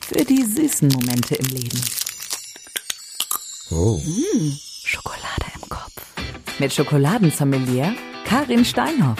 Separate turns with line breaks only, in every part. Für die süßen Momente im Leben. Hm,
Oh.
Schokolade im Kopf. Mit Schokoladensommelier Karin Steinhoff.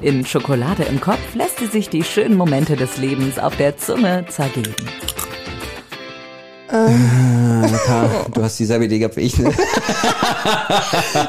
In Schokolade im Kopf lässt sie sich die schönen Momente des Lebens auf der Zunge zergeben.
Ka- Du hast dieselbe Idee gehabt wie ich. Ne?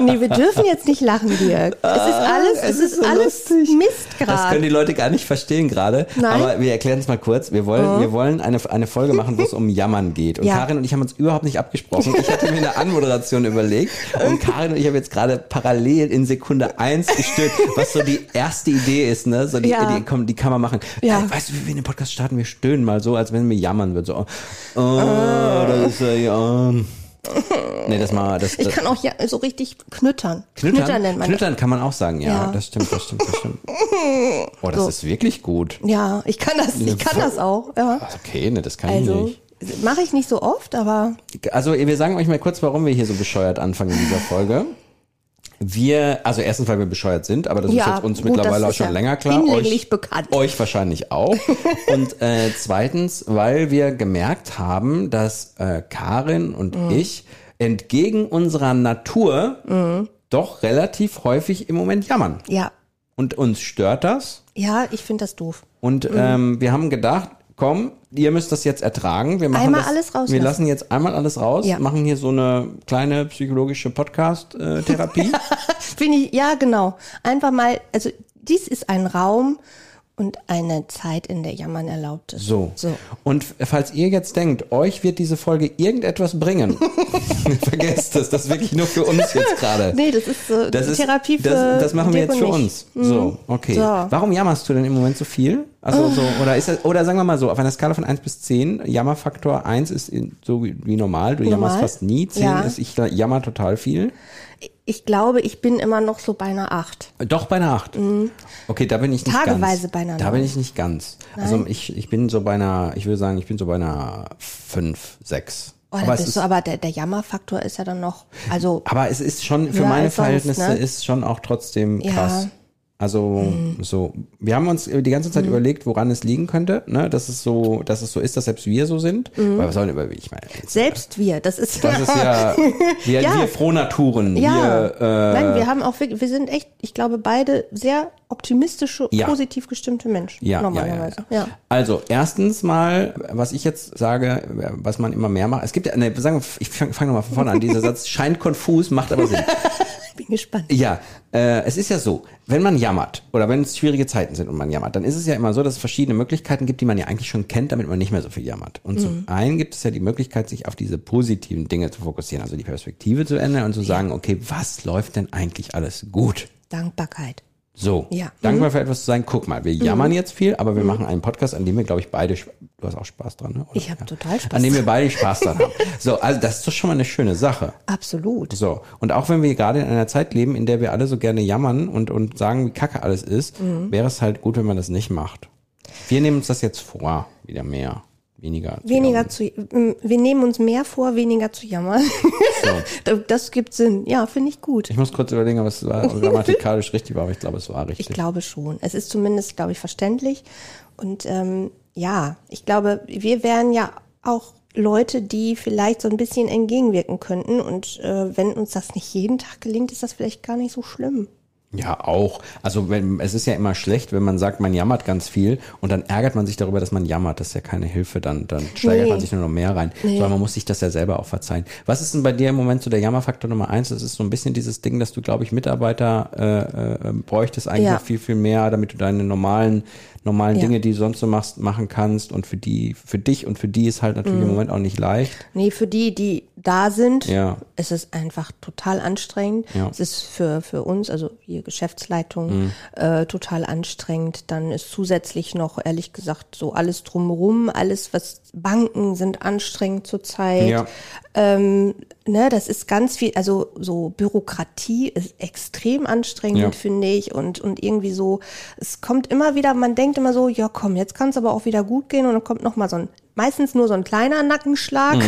Nee, wir dürfen jetzt nicht lachen, Dirk. Es ist alles, es ist
Ah, so
alles
lustig.
Mist
Das können
gerade.
die Leute gar nicht verstehen gerade.
Nein. Oh.
Aber wir erklären es mal kurz. Wir wollen, wir wollen eine, eine Folge machen, wo es um Jammern geht. Und
Ja.
Karin und ich haben uns überhaupt nicht abgesprochen. Ich hatte mir eine Anmoderation überlegt. Und Karin und ich haben jetzt gerade parallel in Sekunde eins gestört, was so die erste Idee ist. Ne? So die,
Ja.
die, komm, die kann man machen.
Ja.
Ey, weißt du, wie wir in den Podcast starten? Wir stöhnen mal so, als wenn wir jammern würden. So, oh, das ist ja... ja. Nee, das mal... Das,
Ah. Ich
das,
kann auch ja so richtig knüttern.
Knittern,
nennt man
Knittern kann man auch sagen, ja,
Ja.
Das stimmt, das stimmt, das stimmt. Oh, das ist wirklich gut.
das. Ja, ich kann das, ich kann das auch. Ja.
Ne, Ach, Okay, ne, das kann
Also
ich
mache ich nicht so oft, aber
nicht. Also, wir sagen euch mal kurz, warum wir hier so bescheuert anfangen in dieser Folge. Wir, also erstens, weil wir bescheuert sind, aber das ist
Ja,
jetzt uns
gut,
mittlerweile
das
auch
ist
schon
ja
länger klar.
hinlänglich bekannt.
euch wahrscheinlich auch. Und äh, zweitens, weil wir gemerkt haben, dass äh, Karin und
Mhm.
ich entgegen unserer Natur
Mhm.
doch relativ häufig im Moment jammern.
ja,
Und uns stört das.
ja, ich finde das doof.
Und ähm, wir haben gedacht, komm, ihr müsst das jetzt ertragen. Wir machen
Einmal
das,
alles rauslassen.
Wir lassen jetzt einmal alles raus,
Ja.
machen hier so eine kleine psychologische Podcast-Therapie.
Finde ich, ja, genau. Einfach mal, also dies ist ein Raum und eine Zeit, in der Jammern erlaubt ist.
so.
So.
Und falls ihr jetzt denkt, euch wird diese Folge irgendetwas bringen, vergesst das. Das ist wirklich nur für uns jetzt gerade.
Nee, das ist so
Das ist,
Therapie für
das, das machen wir
Dirk
jetzt für
und mich.
uns. So, okay.
So. Oh.
Warum jammerst du denn im Moment so viel? Also so, oder ist das, oder sagen wir mal so, auf einer Skala von 1 bis 10, Jammerfaktor 1 ist in, so wie, wie normal, du jammerst
Normal.
fast nie, 10
Ja.
ist, ich jammer total viel.
Ich glaube, ich bin immer noch so bei einer Acht.
Doch bei einer 8. Okay, da bin ich nicht
Mhm. Tageweise
ganz.
bei einer
Da bin
Neun.
ich nicht ganz. Also ich, ich bin so bei einer, ich würde sagen, ich bin so bei einer 5, 6.
Oh,
aber,
aber,
es
bist
ist,
du, aber der, der Jammerfaktor ist ja dann noch, also
aber es ist schon, für
Ja,
meine
als sonst,
Verhältnisse
ne?
ist schon auch trotzdem
Ja. Mhm.
krass. Also so, wir haben uns die ganze Zeit überlegt, woran es liegen könnte, ne? dass, es so, dass es so ist, dass selbst wir so sind. Weil was sollen über, ich meine, jetzt-
Mhm. selbst wir, das ist,
das ist ja, wir,
Ja.
wir Frohnaturen,
Ja.
wir äh,
Nein, wir haben auch, wirklich- wir sind echt, ich glaube, beide sehr optimistische,
Ja.
positiv gestimmte Menschen.
Ja, ja, ja,
normalerweise.
ja.
ja.
Also erstens mal, was ich jetzt sage, was man immer mehr macht. Es gibt ja, ne, sagen wir, ich fange fang nochmal von vorne an. Dieser Satz scheint konfus, macht aber Sinn.
Bin gespannt.
Ja, äh, es ist ja so, wenn man jammert oder wenn es schwierige Zeiten sind und man jammert, dann ist es ja immer so, dass es verschiedene Möglichkeiten gibt, die man ja eigentlich schon kennt, damit man nicht mehr so viel jammert. Und
Mhm.
zum einen gibt es ja die Möglichkeit, sich auf diese positiven Dinge zu fokussieren, also die Perspektive zu ändern und zu sagen, okay, was läuft denn eigentlich alles gut?
Dankbarkeit.
So,
Ja. Mhm.
dankbar für etwas zu sein. Guck mal, wir jammern jetzt viel, aber wir machen einen Podcast, an dem wir, glaube ich, beide, sp- du hast auch Spaß dran, ne? Oder?
Ich habe total Spaß.
An dem wir beide Spaß dran haben. So, also das ist doch schon mal eine schöne Sache.
Absolut.
So, und auch wenn wir gerade in einer Zeit leben, in der wir alle so gerne jammern und, und sagen, wie kacke alles ist, wäre es halt gut, wenn man das nicht macht. Wir nehmen uns das jetzt vor, wieder mehr, weniger. zu
Weniger
jammern.
zu, m, wir nehmen uns mehr vor, weniger zu jammern. Das- das gibt Sinn. Ja, finde ich gut.
Ich muss kurz überlegen, ob es war, grammatikalisch richtig war, aber ich glaube, es war richtig.
Ich glaube schon. Es ist zumindest, glaube ich, verständlich. Und ähm, ja, ich glaube, wir wären ja auch Leute, die vielleicht so ein bisschen entgegenwirken könnten. Und äh, wenn uns das nicht jeden Tag gelingt, ist das vielleicht gar nicht so schlimm.
Ja, auch. Also wenn, es ist ja immer schlecht, wenn man sagt, man jammert ganz viel und dann ärgert man sich darüber, dass man jammert. Das ist ja keine Hilfe, dann, dann steigert
Nee.
man sich nur noch mehr rein. Sondern man muss sich das ja selber auch verzeihen. Was ist denn bei dir im Moment so der Jammerfaktor Nummer eins? Das ist so ein bisschen dieses Ding, dass du, glaube ich, Mitarbeiter äh, äh, bräuchtest eigentlich
Ja.
noch viel, viel mehr, damit du deine normalen, normalen
Ja.
Dinge, die du sonst so machst, machen kannst. Und für die, für dich und für die ist halt
Mhm.
natürlich im Moment auch nicht leicht.
Nee, für die, die da sind,
Ja.
ist es einfach total anstrengend.
Ja. Mhm.
Es ist für, für uns, also die Geschäftsleitung, äh, total anstrengend. Dann ist zusätzlich noch, ehrlich gesagt, so alles drumrum, alles, was Banken sind anstrengend zurzeit.
Ja.
Ähm, ne, das ist ganz viel, also so Bürokratie ist extrem anstrengend,
Ja.
finde ich. Und, und irgendwie so, es kommt immer wieder, man denkt immer so, ja komm, jetzt kann es aber auch wieder gut gehen. Und dann kommt nochmal so ein, meistens nur so ein kleiner Nackenschlag.
Mhm.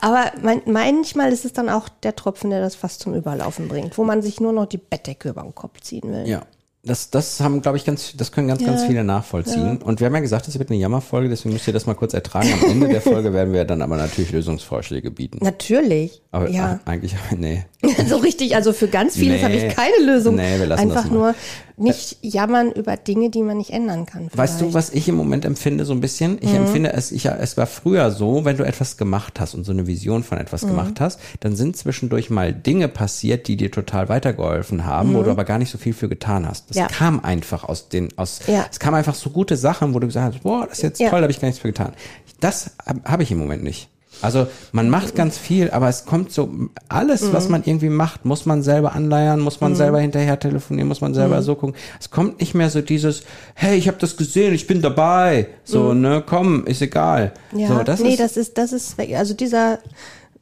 aber man, manchmal ist es dann auch der Tropfen, der das fast zum Überlaufen bringt, wo man sich nur noch die Bettdecke über den Kopf ziehen will.
Ja. das, das haben, glaube ich, ganz, das können ganz, ganz
Ja.
viele nachvollziehen. Und wir haben ja gesagt, das wird eine Jammerfolge, deswegen müsst ihr das mal kurz ertragen. Am Ende der Folge werden wir dann aber natürlich Lösungsvorschläge bieten.
Natürlich.
Aber
ja.
ach, eigentlich, nee.
so richtig, also für ganz vieles
Nee.
habe ich keine Lösung.
Nee, wir lassen
Einfach
das mal. Äh.
nur nicht jammern über Dinge, die man nicht ändern kann.
Weißt du,
vielleicht. Mhm.
was ich im Moment empfinde so ein bisschen? Ich empfinde es, ich, es war früher so, wenn du etwas gemacht hast und so eine Vision von etwas
Mhm.
gemacht hast, dann sind zwischendurch mal Dinge passiert, die dir total weitergeholfen haben, wo du aber gar nicht so viel für getan hast. Das
Mhm. Ja.
kam einfach aus den, aus,
Ja.
es kam einfach so gute Sachen, wo du gesagt hast, boah, das ist jetzt
Ja.
toll, da habe ich gar nichts für getan. Das habe hab ich im Moment nicht. Also man macht ganz viel, aber es kommt so, alles,
Mhm.
was man irgendwie macht, muss man selber anleiern, muss man selber hinterher telefonieren, muss man
Mhm.
selber so gucken. Es kommt nicht mehr so dieses, hey, ich habe das gesehen, ich bin dabei. So, ne, komm, ist egal.
Mhm. Ja,
so, das
nee,
ist,
das ist, das ist, weg. also dieser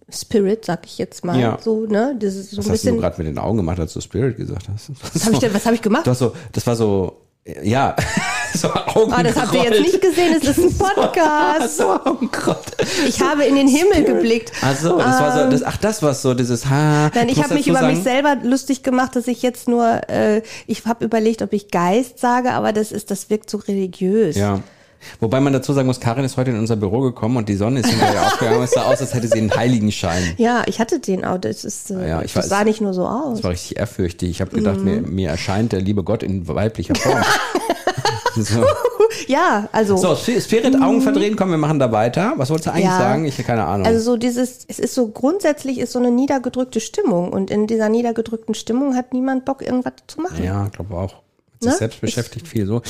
Spirit, sag ich jetzt mal,
Ja.
so, ne, das ist
was
so ein
hast du
bisschen,
gerade mit den Augen gemacht, als du Spirit gesagt hast?
was habe ich denn, was habe ich gemacht?
Du hast so, das war so, ja, so Augen.
Ah, das habt ihr jetzt nicht gesehen, es ist ein Podcast.
So Augenkrott.
Ich habe in den Himmel geblickt.
Ach so, das war so, das, ach, das war so, dieses Ha.
Ähm. Nein, ich
muss
habe mich
dazu
über
sagen-
mich selber lustig gemacht, dass ich jetzt nur, äh, ich habe überlegt, ob ich Geist sage, aber das ist, das wirkt so religiös.
Ja. Wobei man dazu sagen muss, Karin ist heute in unser Büro gekommen und die Sonne ist hinter ihr aufgegangen. Es sah aus, als hätte sie einen Heiligenschein.
Ja, ich hatte den auch. Das, ist, äh,
Ja, ich
das
weiß.
sah nicht nur so aus.
Das war richtig ehrfürchtig. Ich habe
Mhm.
gedacht, mir, mir erscheint der liebe Gott in weiblicher Form. so.
Ja, also.
so, Spirit, Augen verdrehen, komm, wir machen da weiter. Was wolltest du eigentlich
Ja.
sagen? Ich habe keine Ahnung.
Also so dieses, es ist so grundsätzlich ist so eine niedergedrückte Stimmung und in dieser niedergedrückten Stimmung hat niemand Bock irgendwas zu machen.
ja, glaube auch. Hat sich
Ne?
selbst beschäftigt viel so.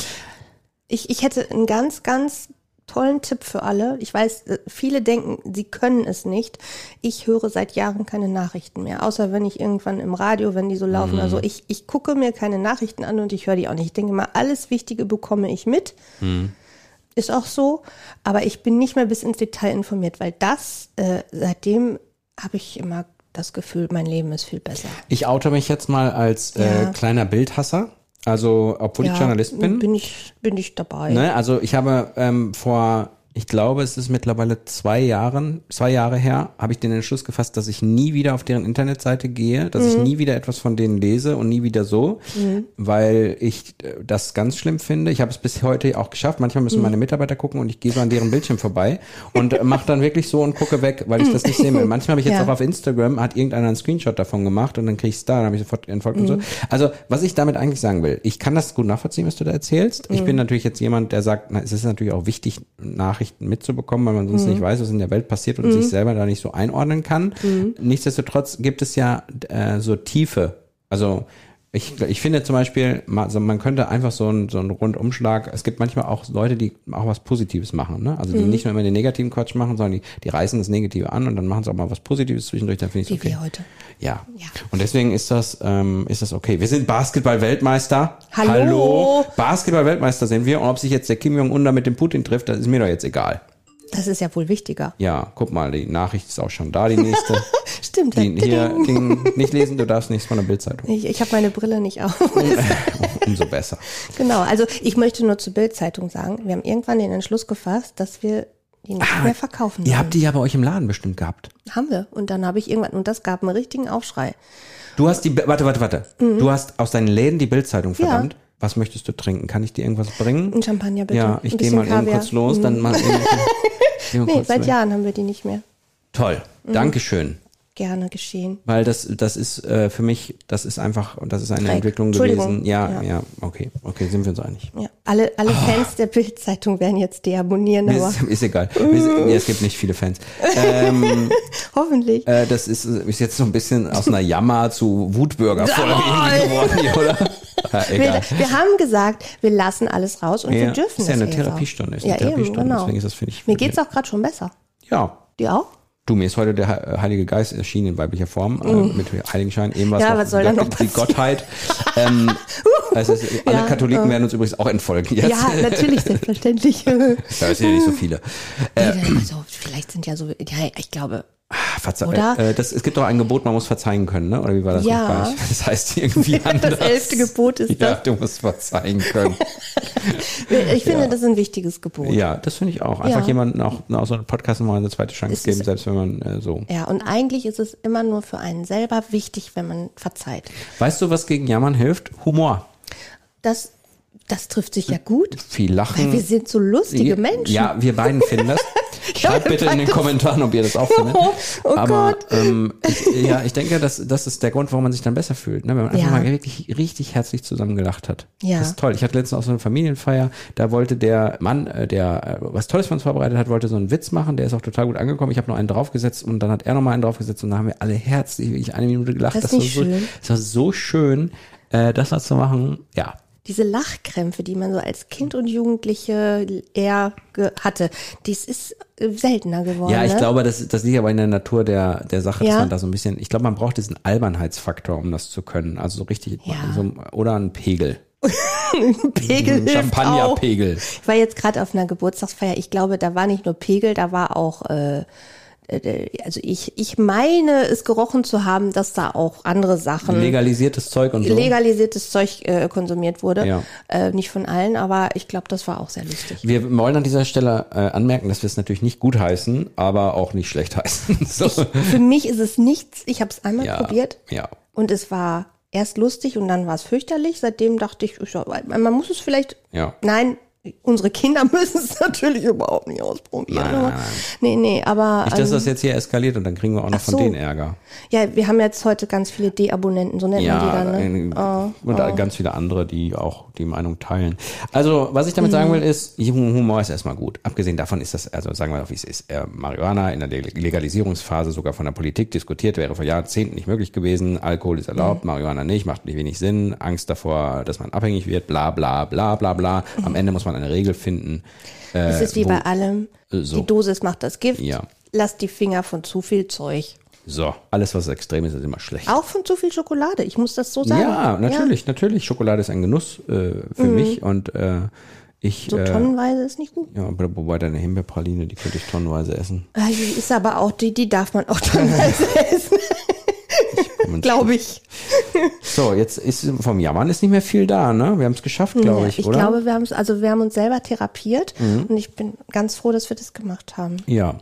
Ich, ich hätte einen ganz, ganz tollen Tipp für alle. Ich weiß, äh, viele denken, sie können es nicht. Ich höre seit Jahren keine Nachrichten mehr, außer wenn ich irgendwann im Radio, wenn die so laufen.
Mhm.
Also ich, ich gucke mir keine Nachrichten an und ich höre die auch nicht. Ich denke mal, alles Wichtige bekomme ich mit.
Mhm.
Ist auch so, aber ich bin nicht mehr bis ins Detail informiert, weil das, äh, seitdem habe ich immer das Gefühl, mein Leben ist viel besser.
Ich oute mich jetzt mal als äh,
Ja.
kleiner Bildhasser. Also, obwohl ich Journalist bin.
Bin ich, bin ich dabei.
Ne? Also ich habe ähm, vor, ich glaube, es ist mittlerweile zwei Jahren, zwei Jahre her, habe ich den Entschluss gefasst, dass ich nie wieder auf deren Internetseite gehe, dass ich nie wieder etwas von denen lese und nie wieder so, weil ich äh, das ganz schlimm finde. Ich habe es bis heute auch geschafft. Manchmal müssen meine Mitarbeiter gucken und ich gehe so an deren Bildschirm vorbei und mache dann wirklich so und gucke weg, weil ich das nicht sehen will. Manchmal habe ich jetzt
Ja.
auch auf Instagram, hat irgendeiner einen Screenshot davon gemacht und dann kriege ich es da, dann habe ich sofort entfolgt und so. Also, was ich damit eigentlich sagen will, ich kann das gut nachvollziehen, was du da erzählst. Ich bin natürlich jetzt jemand, der sagt, na, es ist natürlich auch wichtig, Nachrichten mitzubekommen, weil man sonst nicht weiß, was in der Welt passiert und sich selber da nicht so einordnen kann. Nichtsdestotrotz gibt es ja äh, so Tiefe. Also, ich, ich finde zum Beispiel, ma- also man könnte einfach so einen, so einen Rundumschlag, es gibt manchmal auch Leute, die auch was Positives machen, ne? Also die
Mhm.
nicht nur immer den negativen Quatsch machen, sondern die, die reißen das Negative an und dann machen sie auch mal was Positives zwischendurch, dann finde ich
Wie
es okay.
wir heute.
Ja.
Ja.
Und deswegen ist das, ähm, ist das okay. Wir sind Basketball-Weltmeister.
Hallo.
Basketball-Weltmeister sind wir. Und ob sich jetzt der Kim Jong-un da mit dem Putin trifft, das ist mir doch jetzt egal.
Das ist ja wohl wichtiger.
Ja, guck mal, die Nachricht ist auch schon da, die nächste.
Stimmt.
die, hier,
Ding.
Ding, nicht lesen, du darfst nichts von der Bildzeitung.
Ich, ich habe meine Brille nicht auf.
Umso besser.
genau, also ich möchte nur zur Bild-Zeitung sagen, wir haben irgendwann den Entschluss gefasst, dass wir die nicht mehr
Ah,
verkaufen
Ihr
wollen.
habt die ja bei euch im Laden bestimmt gehabt.
Haben wir. Und dann habe ich irgendwann, und das gab einen richtigen Aufschrei.
Um Du hast die, Bi- warte, warte, warte. Du hast aus deinen Läden die Bildzeitung
Mhm. Ja.
verdammt. Was möchtest du trinken? Kann ich dir irgendwas bringen?
Ein Champagner bitte.
Ja, ich
Ein
gehe
bisschen
mal eben
Kaviar. Mhm.
kurz los, dann mal eben. geh mal
Nee,
kurz
seit Mhm.
weg.
Jahren haben wir die nicht mehr.
Toll, Dankeschön.
Gerne geschehen.
Weil das, das ist äh, für mich, das ist einfach, das ist eine
Dreck.
Entwicklung
Entschuldigung.
gewesen. Ja, ja,
Ja.
okay, okay, sind wir uns einig.
Ja. Alle, alle
Oh.
Fans der Bild-Zeitung werden jetzt deabonnieren,
Mir
aber Uh.
Ist, ist egal. Mir Ist, nee, es gibt nicht viele Fans. Ähm,
hoffentlich.
Äh, das ist, ist jetzt so ein bisschen aus einer Jammer zu Wutbürgerfolge irgendwie
Jawohl.
geworden, hier, oder? Ja, egal.
Wir, wir haben gesagt, wir lassen alles raus und
Ja,
wir dürfen
ist ja
es
eine
jetzt
Therapiestunde,
auch.
ist eine
ja,
Therapiestunde,
eben, genau.
deswegen ist das, finde ich-
Mir geht's auch gerade schon besser.
Ja.
Die auch?
Du, mir ist heute der He- Heilige Geist erschienen in weiblicher Form, äh, mit Heiligenschein, eben was,
Mhm. Ja,
noch-
was soll da noch
die
passieren? Uh.
Gottheit. ähm, also es ist, alle Katholiken werden uns übrigens auch entfolgen jetzt.
äh. Ja, natürlich, selbstverständlich.
Ja, es sind ja nicht so viele. Äh,
also, vielleicht sind ja so, ja, ich glaube,
Verze
Oder?
Äh, das, es gibt doch ein Gebot, man muss verzeihen können, ne? Oder wie war das?
Ja.
Ich weiß nicht. Das heißt irgendwie anders.
elfte Gebot ist
Ja,
das.
du musst verzeihen können.
ich finde, das ist ein wichtiges Gebot. Ja.
ja, das finde ich auch. Einfach
Ja.
jemanden auch aus so einem Podcast nochmal eine zweite Chance
Es
geben,
ist-
selbst wenn man äh, so.
und eigentlich ist es immer nur für einen selber wichtig, wenn man verzeiht.
Weißt du, was gegen Jammern hilft? Humor.
Das, das trifft sich ja gut.
Viel lachen.
Weil wir sind so lustige
Ihr-
Menschen.
Hm. Ja, wir beiden finden das. Schreibt
wir
bitte in den
beide-
Kommentaren, ob ihr das auch findet.
Oh, oh
Aber
Gott.
Ähm, ich, ja, ich denke, das, das ist der Grund, warum man sich dann besser fühlt. Ne? Wenn man einfach
Ja.
mal wirklich richtig herzlich zusammen gelacht hat.
Ja.
Das ist toll. Ich hatte letztens auch so eine Familienfeier, da wollte der Mann, äh, der äh, was Tolles für uns vorbereitet hat, wollte so einen Witz machen, der ist auch total gut angekommen. Ich habe noch einen draufgesetzt und dann hat er noch mal einen draufgesetzt und dann haben wir alle herzlich wirklich eine Minute gelacht.
Das ist nicht
war so,
schön.
Das war so schön, äh, das mal zu machen. Ja,
Diese Lachkrämpfe, die man so als Kind und Jugendliche äh, eher ge- hatte, dies ist äh, seltener geworden.
Ja, ich
ne?
glaube, das, das liegt aber in der Natur der, der Sache, dass
Ja.
man da so ein bisschen, ich glaube, man braucht diesen Albernheitsfaktor, um das zu können. Also so richtig,
Ja.
so, oder einen Pegel.
Pegel
Einen
hilft auch.
Champagnerpegel.
Ich war jetzt gerade auf einer Geburtstagsfeier. Ich glaube, da war nicht nur Pegel, da war auch, äh, äh, also ich, ich meine, es gerochen zu haben, dass da auch andere Sachen,
Legalisiertes Zeug und so.
legalisiertes Zeug äh, konsumiert wurde.
Ja.
Äh, nicht von allen, aber ich glaube, das war auch sehr lustig.
wir wollen an dieser Stelle äh, anmerken, dass wir es natürlich nicht gut heißen, aber auch nicht schlecht heißen. So.
Für mich ist es nichts. Ich habe es einmal
ja,
probiert
Ja.
und es war erst lustig und dann war es fürchterlich. Seitdem dachte ich, ich sag, man muss es vielleicht,
Ja.
nein, Unsere Kinder müssen es natürlich überhaupt nicht ausprobieren.
Nein, nein,
aber-
nein.
Nee, nee, aber.
Nicht, dass das jetzt hier eskaliert und dann kriegen wir auch noch
Also
von
Ach so.
denen Ärger.
Ja, wir haben jetzt heute ganz viele D-Abonnenten, so nennt
Ja,
man die
äh,
dann. Ne? Oh,
und ganz viele andere, die auch die Meinung teilen. Also, was ich damit sagen
Mhm.
will, ist, Humor ist erstmal gut. Abgesehen davon ist das, also sagen wir mal, wie es ist, äh, Marihuana in der Le- Legalisierungsphase sogar von der Politik diskutiert, wäre vor Jahrzehnten nicht möglich gewesen. Alkohol ist erlaubt,
Mhm.
Marihuana nicht, macht nicht wenig Sinn. Angst davor, dass man abhängig wird, bla bla bla bla bla. Am Ende muss man eine Regel finden.
es ist wie
wo-
bei allem.
äh, so.
Die Dosis macht das Gift.
Ja.
Lass die Finger von zu viel Zeug.
So, alles, was extrem ist, ist immer schlecht.
Auch von zu viel Schokolade. Ich muss das so sagen.
Ja, natürlich, natürlich. Schokolade ist ein Genuss äh, für mich und äh, ich.
So
äh,
tonnenweise ist nicht gut.
Ja, aber wobei deine Himbeerpraline, die könnte ich tonnenweise essen.
Ah, Die ist aber auch, die, die darf man auch tonnenweise essen, glaube ich.
So, jetzt ist vom Jammern ist nicht mehr viel da, ne? Wir haben es geschafft, glaube
Ja,
ich, oder? Mhm.
glaube, wir haben es, also wir haben uns selber therapiert und ich bin ganz froh, dass wir das gemacht haben.
ja.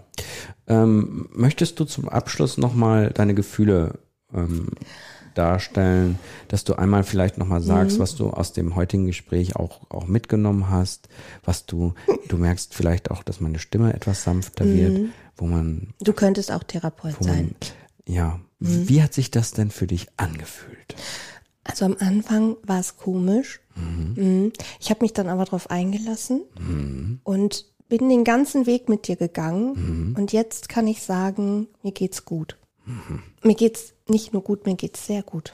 Ähm, möchtest du zum Abschluss nochmal deine Gefühle ähm, darstellen, dass du einmal vielleicht nochmal sagst, was du aus dem heutigen Gespräch auch, auch mitgenommen hast, was du, du merkst vielleicht auch, dass meine Stimme etwas sanfter wird, wo man,
Du könntest auch Therapeut
wo
sein. Mhm.
man ja. Wie hat sich das denn für dich angefühlt?
Also am Anfang war es komisch. Mhm. Ich habe mich dann aber darauf eingelassen
Mhm.
und bin den ganzen Weg mit dir gegangen. Und jetzt kann ich sagen, mir geht's gut.
Mhm.
Mir geht's nicht nur gut, mir geht's sehr gut.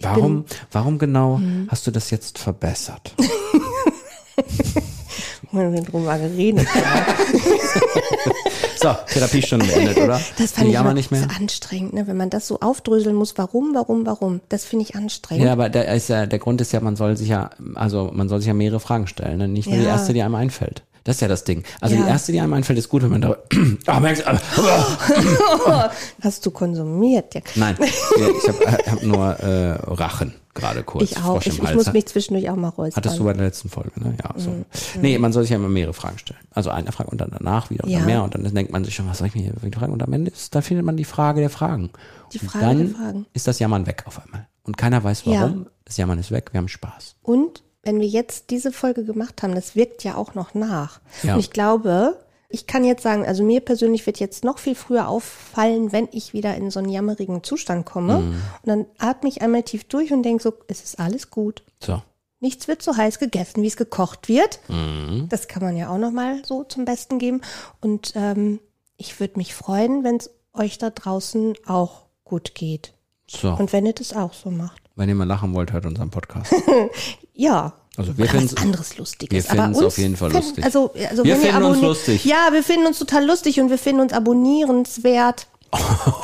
Warum, warum genau
Mhm.
hast du das jetzt verbessert?
Wenn wir drüber geredet haben.
So, Therapie schon beendet, oder?
Das fand ich
Jammer
immer
nicht mehr.
so anstrengend, ne? wenn man das so aufdröseln muss. Warum, warum, warum? Das finde ich anstrengend.
Ja, aber der, ist ja, der Grund ist ja, man soll sich ja, also man soll sich ja mehrere Fragen stellen, ne? nicht nur die
Ja.
erste, die einem einfällt. Das ist ja das Ding. Also
Ja.
die erste, die einem einfällt, ist gut, wenn man da. Ah, merkst, ah, ah.
Hast du konsumiert? Ja.
Nein, ich habe hab nur äh, Rachen gerade kurz.
Ich auch.
Frosch im
Ich, ich
Hals. ne?
muss mich zwischendurch auch mal räuspern.
Hattest du bei der letzten Folge, ne? Ja, so.
Mhm.
Nee, man soll sich ja immer mehrere Fragen stellen. Also eine Frage und dann danach wieder und
Ja.
dann mehr und dann denkt man sich schon, was soll ich mir hier wirklich fragen? Und am Ende ist, dann findet man die Frage der Fragen.
Die
und
Frage
dann
der Fragen.
ist das Jammern weg auf einmal. Und keiner weiß
Ja.
warum. Das Jammern ist weg, wir haben Spaß.
Und wenn wir jetzt diese Folge gemacht haben, das wirkt ja auch noch nach.
Ja.
Und ich glaube, ich kann jetzt sagen, also mir persönlich wird jetzt noch viel früher auffallen, wenn ich wieder in so einen jammerigen Zustand komme. Und dann atme ich einmal tief durch und denke so, es ist alles gut.
So.
Nichts wird so heiß gegessen, wie es gekocht wird. Das kann man ja auch nochmal so zum Besten geben. Und ähm, ich würde mich freuen, wenn es euch da draußen auch gut geht.
So.
Und wenn ihr das auch so macht.
Wenn ihr mal lachen wollt, hört unseren Podcast.
Ja,
Also wir finden
was anderes Lustiges.
wir
Aber
finden's
uns
auf jeden Fall
finden-
lustig.
Also, also
Wir
wenn ihr
finden uns
abonniert-
lustig.
Ja, wir finden uns total lustig und wir finden uns abonnierenswert.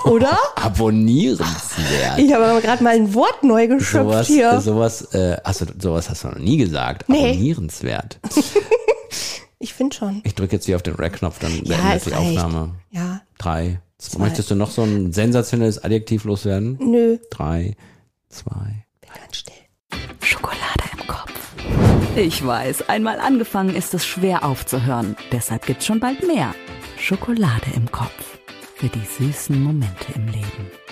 Oder?
abonnierenswert.
Ich habe aber gerade mal ein Wort neu geschöpft
Sowas,
hier.
sowas, äh, also sowas hast du noch nie gesagt.
Nee.
Abonnierenswert.
Ich finde schon.
Ich drücke jetzt hier auf den Rack-Knopf, dann
Ja,
beendet
es
die
reicht.
Aufnahme.
Ja.
Drei. Zwei. Möchtest du noch so ein sensationelles Adjektiv loswerden?
Nö,
Drei, zwei.
bin ganz still.
Schokolade im Kopf. Ich weiß, einmal angefangen ist es schwer aufzuhören. Deshalb gibt's schon bald mehr. Schokolade im Kopf. Für die süßen Momente im Leben.